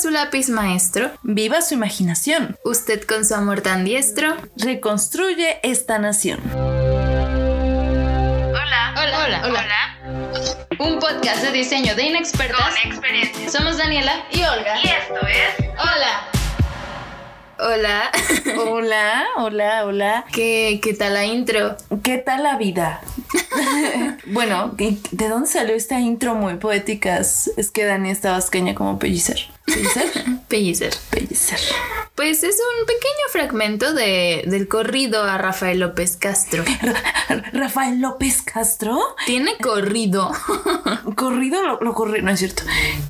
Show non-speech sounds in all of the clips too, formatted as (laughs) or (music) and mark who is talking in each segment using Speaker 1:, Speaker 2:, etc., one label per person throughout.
Speaker 1: su lápiz maestro,
Speaker 2: viva su imaginación,
Speaker 1: usted con su amor tan diestro,
Speaker 2: reconstruye esta nación.
Speaker 3: Hola, hola, hola, hola.
Speaker 4: Un podcast de diseño de inexpertas
Speaker 3: Con experiencia.
Speaker 4: Somos Daniela y Olga.
Speaker 3: Y esto es
Speaker 4: Hola.
Speaker 1: Hola. (laughs)
Speaker 2: Hola, hola, hola.
Speaker 1: ¿Qué, qué tal la intro?
Speaker 2: ¿Qué tal la vida? bueno, ¿de dónde salió esta intro muy poética? Es que Dani estaba asqueña como pellicer. ¿Pellicer?
Speaker 1: Pellicer.
Speaker 2: Pellicer.
Speaker 1: Pues es un pequeño fragmento de, del corrido a Rafael López
Speaker 4: (laughs)
Speaker 1: Castro.
Speaker 2: ¿Rafael López Castro?
Speaker 1: Tiene corrido. (laughs)
Speaker 2: corrido lo, lo corrido, no es cierto.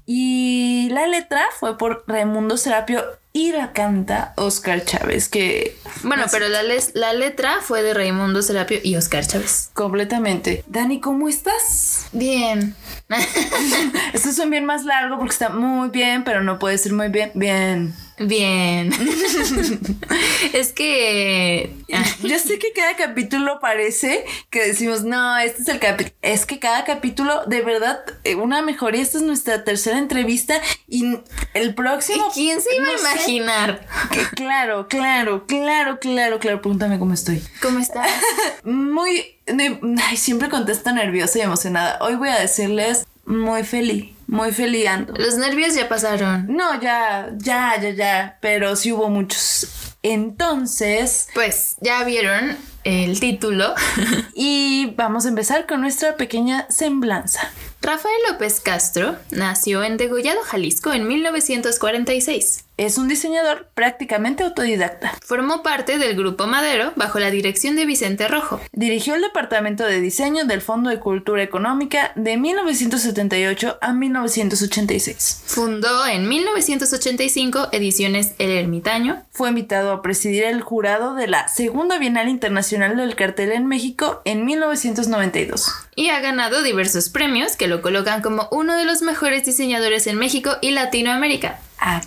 Speaker 2: Y la letra fue por Raimundo Serapio y la canta Oscar Chávez, que...
Speaker 1: Bueno, pero la, la, letra fue de Raimundo Serapio y Oscar Chávez.
Speaker 2: Completamente. Dani, ¿cómo estás?
Speaker 1: Bien. (laughs)
Speaker 2: Esto Este es un bien más largo porque está muy bien, pero no puede ser muy bien.
Speaker 1: (laughs) Bien.
Speaker 2: Bien.
Speaker 1: es que.
Speaker 2: Ah, Yo sé que cada capítulo parece que decimos, no, este es el capítulo. Es que cada capítulo, de verdad, eh, una mejoría. Esta es nuestra tercera entrevista y el próximo.
Speaker 1: ¿Quién se iba no a imaginar?
Speaker 2: Que, claro, claro, claro, claro, claro. Pregúntame cómo estoy.
Speaker 1: ¿Cómo estás?
Speaker 2: Muy. Ay, siempre contesto nerviosa y emocionada. Hoy voy a decirles muy feliz muy feliz ando.
Speaker 1: (laughs) Los nervios ya pasaron.
Speaker 2: No, ya, ya, ya, ya, pero sí hubo muchos. Entonces,
Speaker 1: pues ya vieron el (laughs) título
Speaker 2: y vamos a empezar con nuestra pequeña semblanza.
Speaker 1: Rafael López Castro nació en Degollado, Jalisco, en 1946.
Speaker 2: Es un diseñador prácticamente autodidacta.
Speaker 1: Formó parte del Grupo Madero bajo la dirección de Vicente Rojo.
Speaker 2: Dirigió el Departamento de Diseño del Fondo de Cultura Económica de 1978 a 1986.
Speaker 1: Fundó en 1985 Ediciones El Ermitaño.
Speaker 2: Fue invitado a presidir el jurado de la Segunda Bienal Internacional del Cartel en México en 1992.
Speaker 1: Y ha ganado diversos premios que lo colocan como uno de los mejores diseñadores en México y Latinoamérica.
Speaker 2: ¡Ah,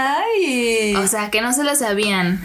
Speaker 2: caray!
Speaker 1: O sea, que no se lo sabían.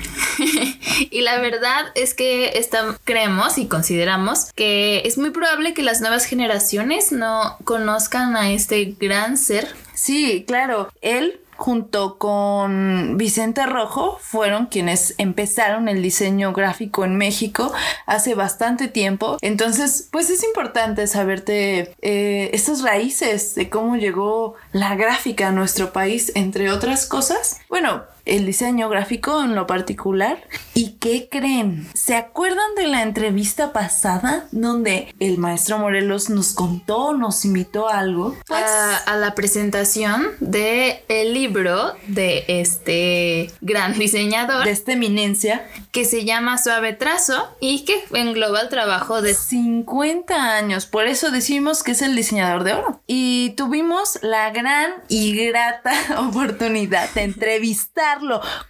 Speaker 1: (laughs) y la verdad es que está, creemos y consideramos que es muy probable que las nuevas generaciones no conozcan a este gran ser.
Speaker 2: Sí, claro. Él junto con Vicente Rojo fueron quienes empezaron el diseño gráfico en México hace bastante tiempo. Entonces, pues es importante saberte eh, estas raíces de cómo llegó la gráfica a nuestro país, entre otras cosas. Bueno, el diseño gráfico en lo particular. ¿Y qué creen? ¿Se acuerdan de la entrevista pasada donde el maestro Morelos nos contó, nos invitó a algo?
Speaker 1: Pues, a, a, la presentación del el libro de este gran diseñador.
Speaker 2: De esta eminencia.
Speaker 1: Que se llama Suave Trazo y que engloba el trabajo de
Speaker 2: 50 años. Por eso decimos que es el diseñador de oro. Y tuvimos la gran y grata (laughs) oportunidad de entrevistar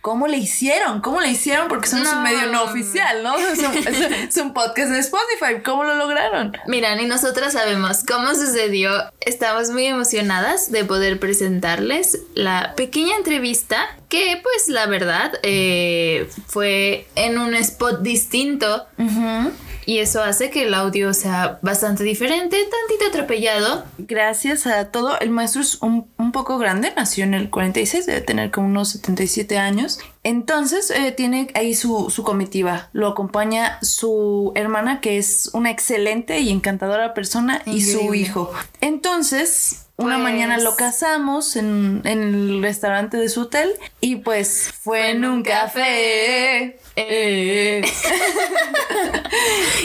Speaker 2: ¿Cómo le hicieron? ¿Cómo le hicieron? Porque son no. un medio no oficial, ¿no? (laughs) Es un, es un, podcast de Spotify. ¿Cómo lo lograron?
Speaker 1: Mira, ni nosotras sabemos cómo sucedió. Estamos muy emocionadas de poder presentarles la pequeña entrevista que, pues, la verdad, eh, fue en un spot distinto. Uh -huh. Y eso hace que el audio sea bastante diferente, tantito atropellado.
Speaker 2: Gracias a todo. El maestro es un, un poco grande, nació en el 46, debe tener como unos 77 años. Entonces eh, tiene ahí su, su, comitiva. Lo acompaña su hermana, que es una excelente y encantadora persona, Increíble. y su hijo. Entonces, una pues... mañana lo casamos en, en, el restaurante de su hotel y pues fue, fue en un café. café. Eh. (laughs)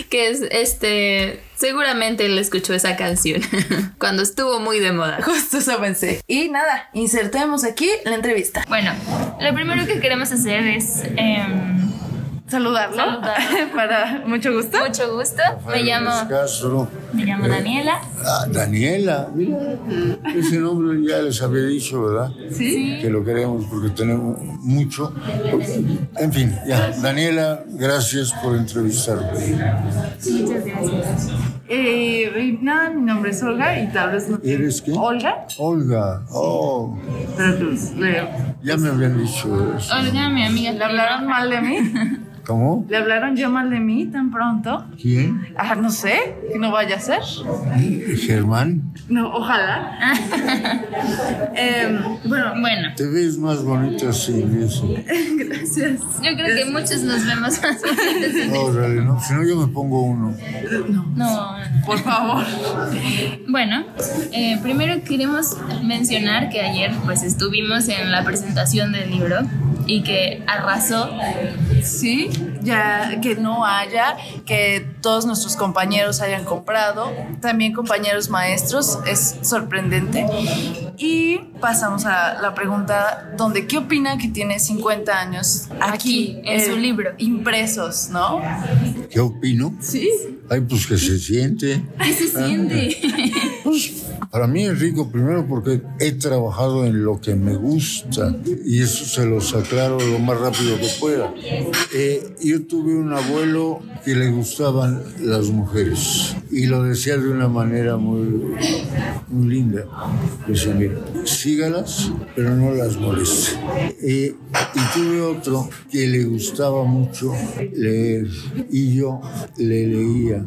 Speaker 1: que es este Seguramente él escuchó esa canción (laughs) cuando estuvo muy de moda.
Speaker 2: Justo eso pensé. Y nada, insertemos aquí la entrevista.
Speaker 3: Bueno, lo primero que queremos hacer es... Eh,
Speaker 2: saludarlo.
Speaker 3: saludarlo.
Speaker 2: (laughs) Para mucho gusto.
Speaker 3: Mucho gusto. Me llamo. Me llamo Daniela.
Speaker 5: Ah, Daniela, mira. Ese nombre ya les había dicho, ¿verdad?
Speaker 3: Sí.
Speaker 5: Que lo queremos porque tenemos mucho. En fin, ya. Daniela, gracias por entrevistarme.
Speaker 3: Muchas gracias.
Speaker 2: Eh, nada, mi nombre es Olga y tal vez no.
Speaker 5: ¿Eres qué?
Speaker 2: Olga.
Speaker 5: Olga, oh.
Speaker 2: Pero pues,
Speaker 5: ya me habían dicho eso.
Speaker 3: Olga, mi amiga.
Speaker 2: ¿Le hablaron mal de mí?
Speaker 5: ¿Cómo?
Speaker 2: ¿Le hablaron yo mal de mí tan pronto?
Speaker 5: ¿Quién?
Speaker 2: Ah, no sé, que no vaya a ser.
Speaker 5: ¿Germán?
Speaker 2: No, ojalá. (laughs) Em, bueno,
Speaker 1: Bueno,
Speaker 5: Te ves más bonito así, eso.
Speaker 2: gracias.
Speaker 1: yo creo que muchos nos
Speaker 2: (laughs)
Speaker 1: vemos (laughs) más bonitos.
Speaker 5: Órale, ¿no? Si no, yo me pongo uno.
Speaker 1: No, no.
Speaker 2: Por favor.
Speaker 1: Bueno, eh, primero queremos mencionar que ayer pues estuvimos en la presentación del libro y que arrasó.
Speaker 2: Sí, ya que no haya, que todos nuestros compañeros hayan comprado, también compañeros maestros, es sorprendente. Y pasamos a la pregunta donde, ¿qué opina que tiene 50 años aquí,
Speaker 1: Aquí, en su libro.
Speaker 2: Impresos, ¿no?
Speaker 5: ¿Qué opino?
Speaker 2: Sí. Ah.
Speaker 5: Ay, pues que se siente.
Speaker 1: ¿Qué se
Speaker 2: (laughs)
Speaker 1: siente?
Speaker 5: Pues para mí es rico primero porque he trabajado en lo que me gusta y eso se los aclaro lo más rápido que pueda. Eh, yo tuve un abuelo que le gustaban las mujeres y lo decía de una manera muy, muy linda. Decía, mira, sígalas, pero no las moleste. Eh, y tuve otro que le gustaba mucho leer y yo le leía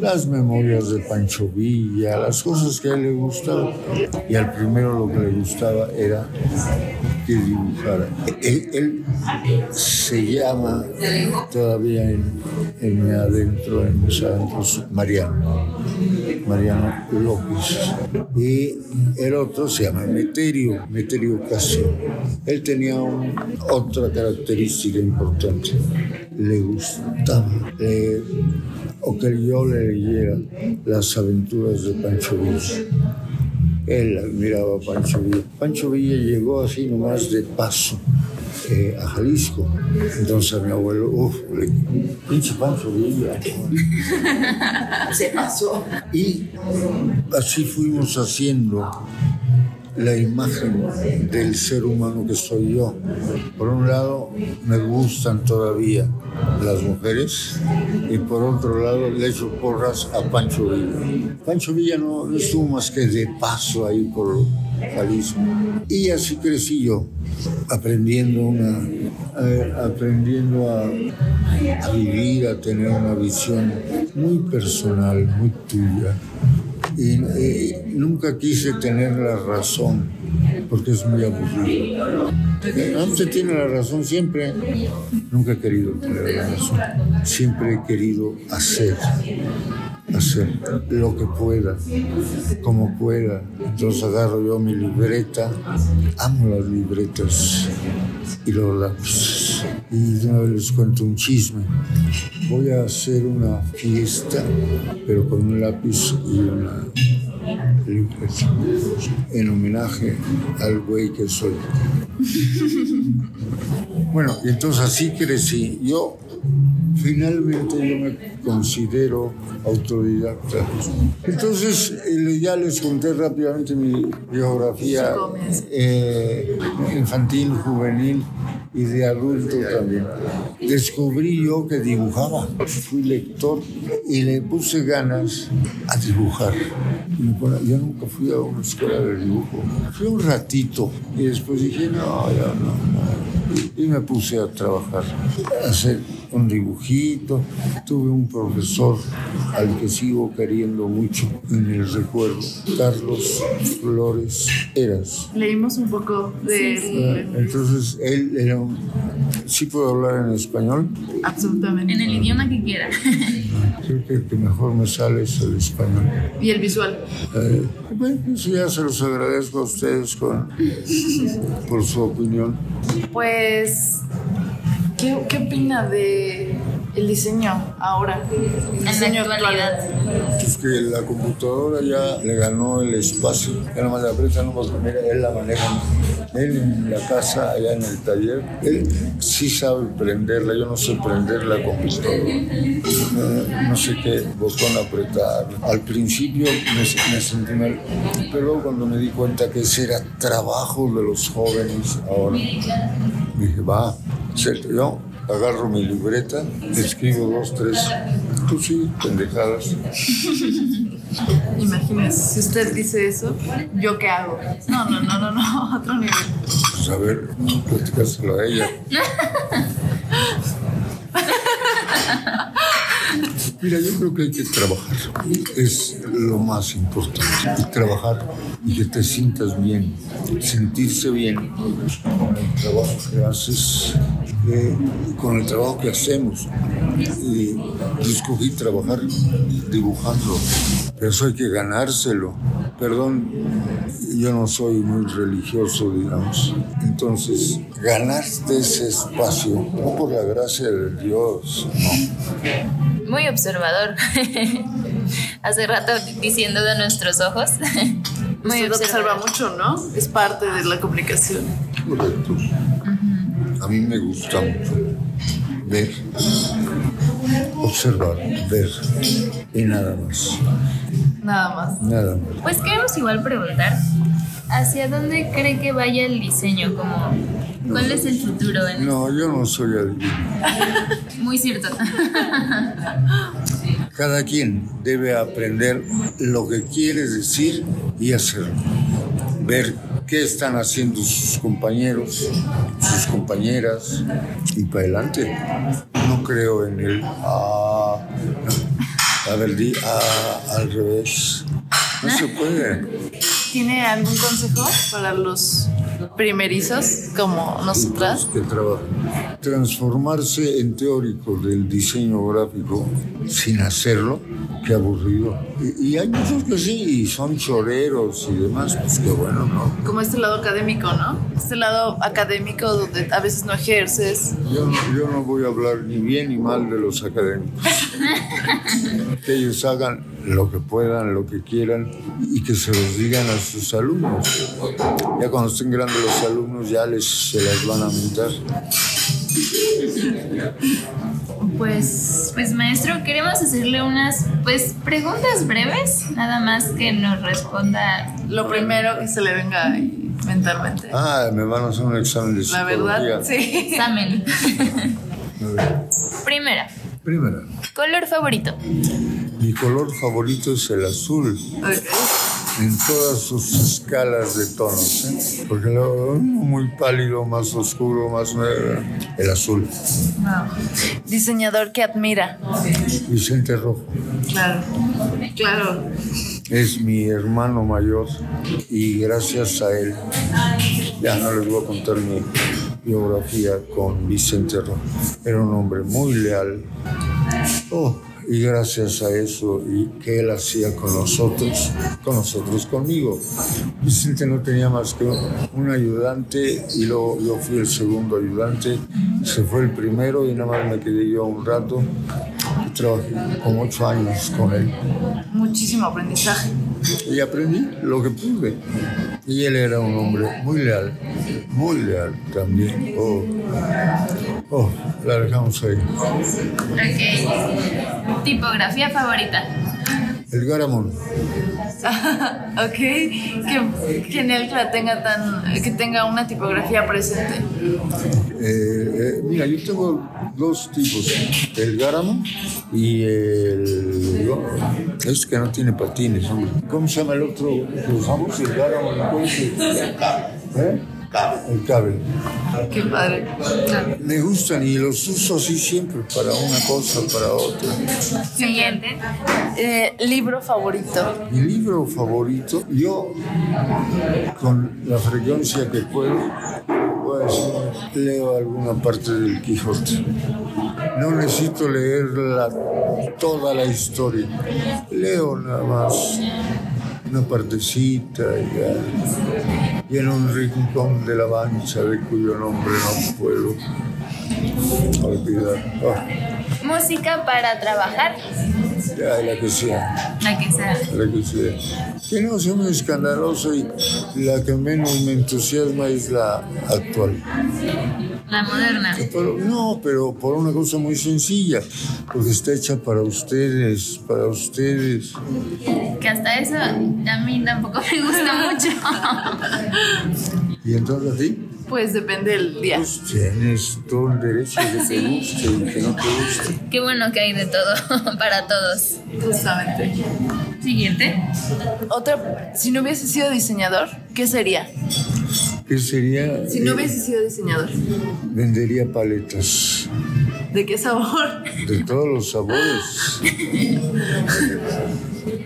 Speaker 5: las memorias de Pancho Villa, las cosas que a él le gustaban. Y al primero lo que le gustaba era que dibujara. Él, él se llama todavía en, en mi adentro, en mis adentros, Mariano. Mariano López. Y el otro se llama Meterio, Meterio Casio. Él tenía un- otra característica importante. Le gustaba leer o que yo le leyera las aventuras de Pancho Villa. Él admiraba a Pancho Villa. Pancho Villa llegó así nomás de paso eh, a Jalisco. Entonces a mi abuelo, uff, pinche Pancho Villa.
Speaker 2: Se pasó.
Speaker 5: Y así fuimos haciendo la imagen del ser humano que soy yo. Por un lado, me gustan todavía las mujeres y por otro lado, le echo porras a Pancho Villa. Pancho Villa no, no estuvo más que de paso ahí por Jalisco. Y así crecí yo, aprendiendo, una, eh, aprendiendo a, a vivir, a tener una visión muy personal, muy tuya. Y, eh, nunca quise tener la razón, porque es muy aburrido. Antes tiene la razón siempre. Nunca he querido tener la razón. Siempre he querido hacer hacer lo que pueda, como pueda. Entonces agarro yo mi libreta, amo las libretas y los lápices. Y de una vez les cuento un chisme. Voy a hacer una fiesta, pero con un lápiz y una libreta, en homenaje al güey que soy. Bueno, y entonces así crecí. Yo finalmente yo me considero autodidacta. Entonces eh, ya les conté rápidamente mi biografía eh, infantil, juvenil y de adulto también. Descubrí yo que dibujaba. Fui lector y le puse ganas a dibujar. Y me acuerdo, Yo nunca fui a una escuela de dibujo. Fui un ratito y después dije, no, ya no, no y me puse a trabajar, a hacer un dibujito. Tuve un profesor al que sigo queriendo mucho en el recuerdo, Carlos Flores Eras.
Speaker 2: Leímos un poco de
Speaker 5: Eh, Entonces él era un... Sí puedo hablar en español,
Speaker 2: absolutamente.
Speaker 1: En el idioma que quiera.
Speaker 5: creo que el que mejor me sale es el español.
Speaker 2: Y el visual.
Speaker 5: Eh, bueno, eso ya se los agradezco a ustedes con- por su opinión.
Speaker 2: Pues, ¿qué, qué opina de el diseño ahora? El
Speaker 1: En la
Speaker 2: diseño
Speaker 1: actualidad.
Speaker 5: Es que la computadora ya le ganó el espacio. Ya nomás la aprieta, nomás mira, él la maneja. Él en la casa, allá en el taller, él sí sabe prenderla. Yo no sé prender la computadora. No, no sé qué botón apretar. Al principio me, me sentí mal, pero luego cuando me di cuenta que ese era trabajo de los jóvenes ahora, dije, va, ¿cierto? Yo agarro mi libreta, escribo dos, tres, pues sí, pendejadas.
Speaker 6: Pues,
Speaker 2: Imagínese, si usted dice eso, ¿yo qué hago? No, no, no,
Speaker 6: (laughs)
Speaker 2: no, no, otro nivel.
Speaker 5: Pues a ver, platicárselo a ella. Mira, yo creo que hay que trabajar. Es lo más importante. Trabajar y que te sientas bien. Sentirse bien pues, con el trabajo que haces, eh, con el trabajo que hacemos. Y yo escogí trabajar dibujando, pero eso hay que ganárselo. Perdón, yo no soy muy religioso, digamos. Entonces, ganaste ese espacio no por la gracia de Dios, ¿no?
Speaker 1: muy observador. (laughs) Hace rato diciendo de nuestros ojos.
Speaker 6: muy Eso observa mucho, ¿no? Es parte de la comunicación.
Speaker 5: Correcto. Uh -huh. A mí me gusta mucho ver, observar, ver y nada más.
Speaker 6: Nada más.
Speaker 5: Nada más.
Speaker 1: Pues queremos igual preguntar, ¿hacia dónde cree que vaya el diseño? Como ¿Cuál es el futuro? En
Speaker 5: no, yo no soy adivino.
Speaker 1: Muy cierto. (laughs)
Speaker 5: Cada quien debe aprender lo que quiere decir y hacerlo. Ver qué están haciendo sus compañeros, sus compañeras y para adelante. No creo en el... Ah, a ver, di ah, al revés. No se puede.
Speaker 6: ¿Tiene algún consejo para los primerizos como nosotras.
Speaker 5: Que Transformarse en teórico del diseño gráfico sin hacerlo, qué aburrido. Y, y hay muchos que sí, y son choreros y demás, pues qué bueno, ¿no?
Speaker 6: Como este lado académico, ¿no? Este lado académico donde a veces no ejerces.
Speaker 5: Yo no, yo no voy a hablar ni bien ni mal de
Speaker 6: (laughs)
Speaker 5: los académicos. que ellos hagan lo que puedan, lo que quieran y que se los digan a sus alumnos. Ya cuando estén grandes los alumnos ya les se las van a mentar.
Speaker 1: Pues, pues maestro, queremos hacerle unas pues preguntas breves, nada más que nos responda
Speaker 6: lo primero que se le venga ahí mentalmente.
Speaker 5: Ah, me van a hacer un examen de
Speaker 6: La verdad, sí.
Speaker 1: Examen. Primera.
Speaker 5: Primera.
Speaker 1: Color favorito.
Speaker 5: Mi color favorito es el azul. Okay. En todas sus escalas de tonos. ¿eh? Porque lo muy pálido, más oscuro, más negro. El azul.
Speaker 6: Wow. Diseñador que admira.
Speaker 5: Vicente Rojo.
Speaker 6: Claro. Claro.
Speaker 5: Es mi hermano mayor y gracias a él, ya no les voy a contar mi biografía con Vicente Rojo. Era un hombre muy leal. Oh, y gracias a eso y que él hacía con nosotros, con nosotros, conmigo. Vicente no tenía más que un ayudante y luego yo fui el segundo ayudante, se fue el primero y nada más me quedé yo un rato. Trabajé como ocho años con él.
Speaker 6: Muchísimo aprendizaje. (laughs)
Speaker 5: Y aprendí lo que pude. Y él era un hombre muy leal, muy leal también. Oh, oh la dejamos ahí.
Speaker 1: Ok. ¿Tipografía favorita?
Speaker 5: El Garamond.
Speaker 6: ok, que, que en él la tenga tan, que tenga una tipografía presente.
Speaker 5: Eh, eh, mira, yo tengo dos tipos, el Garamond y el... Es que no tiene patines, hombre. ¿Cómo se llama el otro que usamos? El Garamond. ¿Eh? El cable.
Speaker 6: Qué padre.
Speaker 5: Me gustan y los uso así siempre, para una cosa, para otra.
Speaker 1: Siguiente.
Speaker 6: Eh, libro favorito.
Speaker 5: Mi libro favorito, yo, con la frecuencia que puedo, pues, leo alguna parte del Quijote. No necesito leer la, toda la historia. Leo nada más una partecita y ya y en un rincón de la bancha de cuyo nombre no puedo olvidar. Ah,
Speaker 1: Oh. Música para trabajar.
Speaker 5: Ya, la que sea.
Speaker 1: La que sea.
Speaker 5: La que sea. Que no sea muy escandaloso y la que menos me entusiasma es la actual.
Speaker 1: La moderna.
Speaker 5: Pero, no, pero por una cosa muy sencilla, porque está hecha para ustedes, para ustedes.
Speaker 1: Que hasta eso a mí tampoco me (laughs) gusta mucho.
Speaker 5: ¿Y entonces a ti?
Speaker 6: Pues depende del día.
Speaker 5: Pues tienes todo el derecho de
Speaker 6: (laughs)
Speaker 5: que te guste y que no te guste.
Speaker 1: Qué bueno que hay de todo, (laughs) para todos.
Speaker 6: Justamente.
Speaker 1: Siguiente.
Speaker 6: Otra, si no hubiese sido diseñador, ¿qué sería?
Speaker 5: ¿Qué sería?
Speaker 6: Si no hubiese sido diseñador,
Speaker 5: Vendería paletas
Speaker 6: ¿de qué sabor? (laughs)
Speaker 5: de todos los sabores.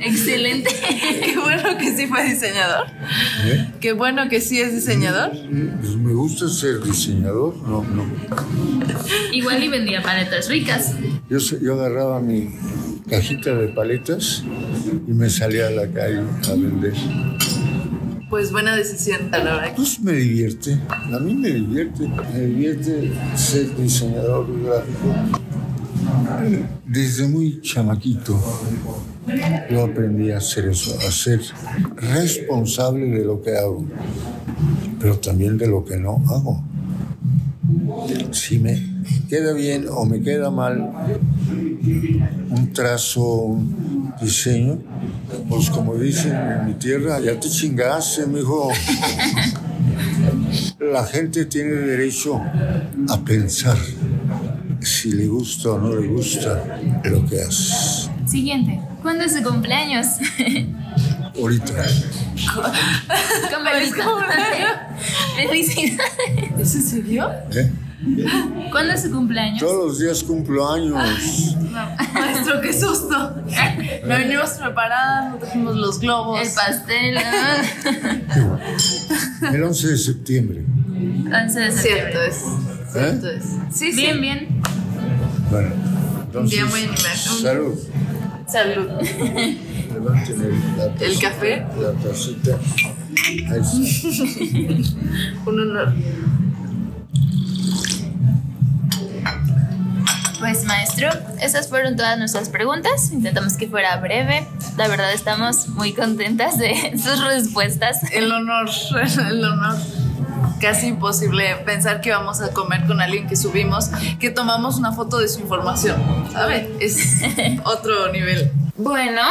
Speaker 1: Excelente.
Speaker 6: Qué bueno que sí fue diseñador.
Speaker 5: ¿eh?
Speaker 6: Qué bueno que sí es diseñador.
Speaker 5: Pues me gusta ser diseñador, no, no.
Speaker 1: (laughs) Igual y vendía paletas ricas.
Speaker 5: Yo, se- yo agarraba mi cajita de paletas y me salía a la calle a vender.
Speaker 6: Pues buena decisión, la verdad.
Speaker 5: Pues me divierte, a mí me divierte, me divierte ser diseñador gráfico. Desde muy chamaquito yo aprendí a hacer eso, a ser responsable de lo que hago, pero también de lo que no hago. Si me queda bien o me queda mal un trazo, un diseño, pues como dicen en mi tierra, ya te chingaste, mijo. La gente tiene derecho a pensar si le gusta o no le gusta lo que hace.
Speaker 1: Siguiente. ¿Cuándo es su (laughs) cumpleaños?
Speaker 5: Ahorita,
Speaker 1: ¿Cómo lo está? (laughs) Felicidades.
Speaker 6: ¿Es en serio?
Speaker 5: ¿eh?
Speaker 1: ¿Cuándo es su cumpleaños?
Speaker 5: todos los días cumplo años.
Speaker 6: Maestro, qué susto. No venimos preparadas, no trajimos los globos.
Speaker 1: El pastel. ¿no?
Speaker 5: El 11 de septiembre.
Speaker 1: 11 de septiembre.
Speaker 6: Cierto es.
Speaker 5: ¿eh?
Speaker 6: Cierto es. Sí, sí.
Speaker 1: Bien, bien.
Speaker 5: Bueno, entonces,
Speaker 6: día muy divertido.
Speaker 5: salud.
Speaker 6: Salud.
Speaker 5: Levanten el, la
Speaker 6: ¿El
Speaker 5: tacita,
Speaker 6: café?
Speaker 5: La tacita. Ahí está.
Speaker 6: Un honor.
Speaker 1: Pues maestro, esas fueron todas nuestras preguntas. Intentamos que fuera breve. La verdad estamos muy contentas de (laughs) sus respuestas.
Speaker 6: El honor, (laughs) el honor. Casi imposible pensar que vamos a comer con alguien que subimos, que tomamos una foto de su información. ¿Sabe?
Speaker 2: (laughs)
Speaker 6: Es otro nivel.
Speaker 1: Bueno,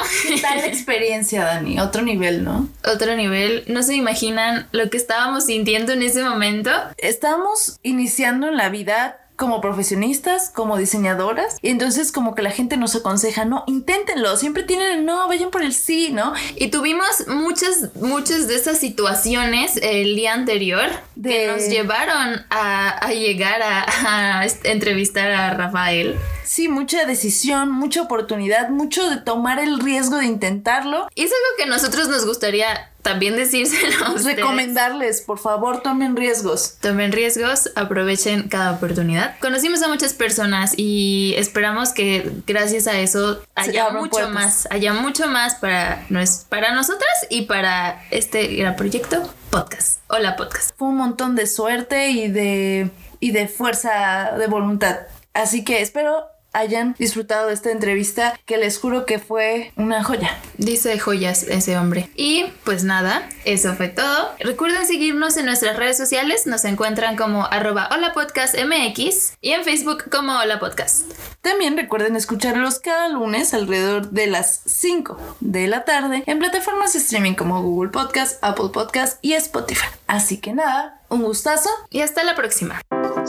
Speaker 2: Tal experiencia, Dani. Otro nivel, ¿no?
Speaker 1: otro nivel. No se imaginan lo que estábamos sintiendo en ese momento.
Speaker 2: Estamos iniciando en la vida como profesionistas, como diseñadoras, y entonces como que la gente nos aconseja, no, inténtenlo, siempre tienen el no, vayan por el sí, ¿no?
Speaker 1: Y tuvimos muchas, muchas de esas situaciones el día anterior
Speaker 2: De-
Speaker 1: que nos llevaron a, a llegar a, a est- entrevistar a Rafael.
Speaker 2: Sí, mucha decisión, mucha oportunidad, mucho de tomar el riesgo de intentarlo.
Speaker 1: Y es algo que a nosotros nos gustaría también decírselo. a ustedes.
Speaker 2: Recomendarles, por favor, tomen riesgos.
Speaker 1: Tomen riesgos, aprovechen cada oportunidad. Conocimos a muchas personas y esperamos que gracias a eso haya
Speaker 2: abran
Speaker 1: mucho
Speaker 2: puertas.
Speaker 1: más, haya mucho más para, nos- para nosotras y para este gran proyecto podcast. Hola podcast.
Speaker 2: Fue un montón de suerte y de, y de fuerza de voluntad. Así que espero hayan disfrutado de esta entrevista que les juro que fue una joya.
Speaker 1: Dice joyas ese hombre. Y pues nada, eso fue todo. Recuerden seguirnos en nuestras redes sociales. Nos encuentran como arroba hola podcast MX y en Facebook como hola podcast.
Speaker 2: También recuerden escucharlos cada lunes alrededor de las 5 de la tarde en plataformas de streaming como Google Podcast, Apple Podcast y Spotify. Así que nada, un gustazo
Speaker 1: Y hasta la próxima.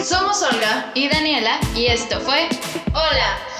Speaker 4: Somos Olga y Daniela y esto fue Hola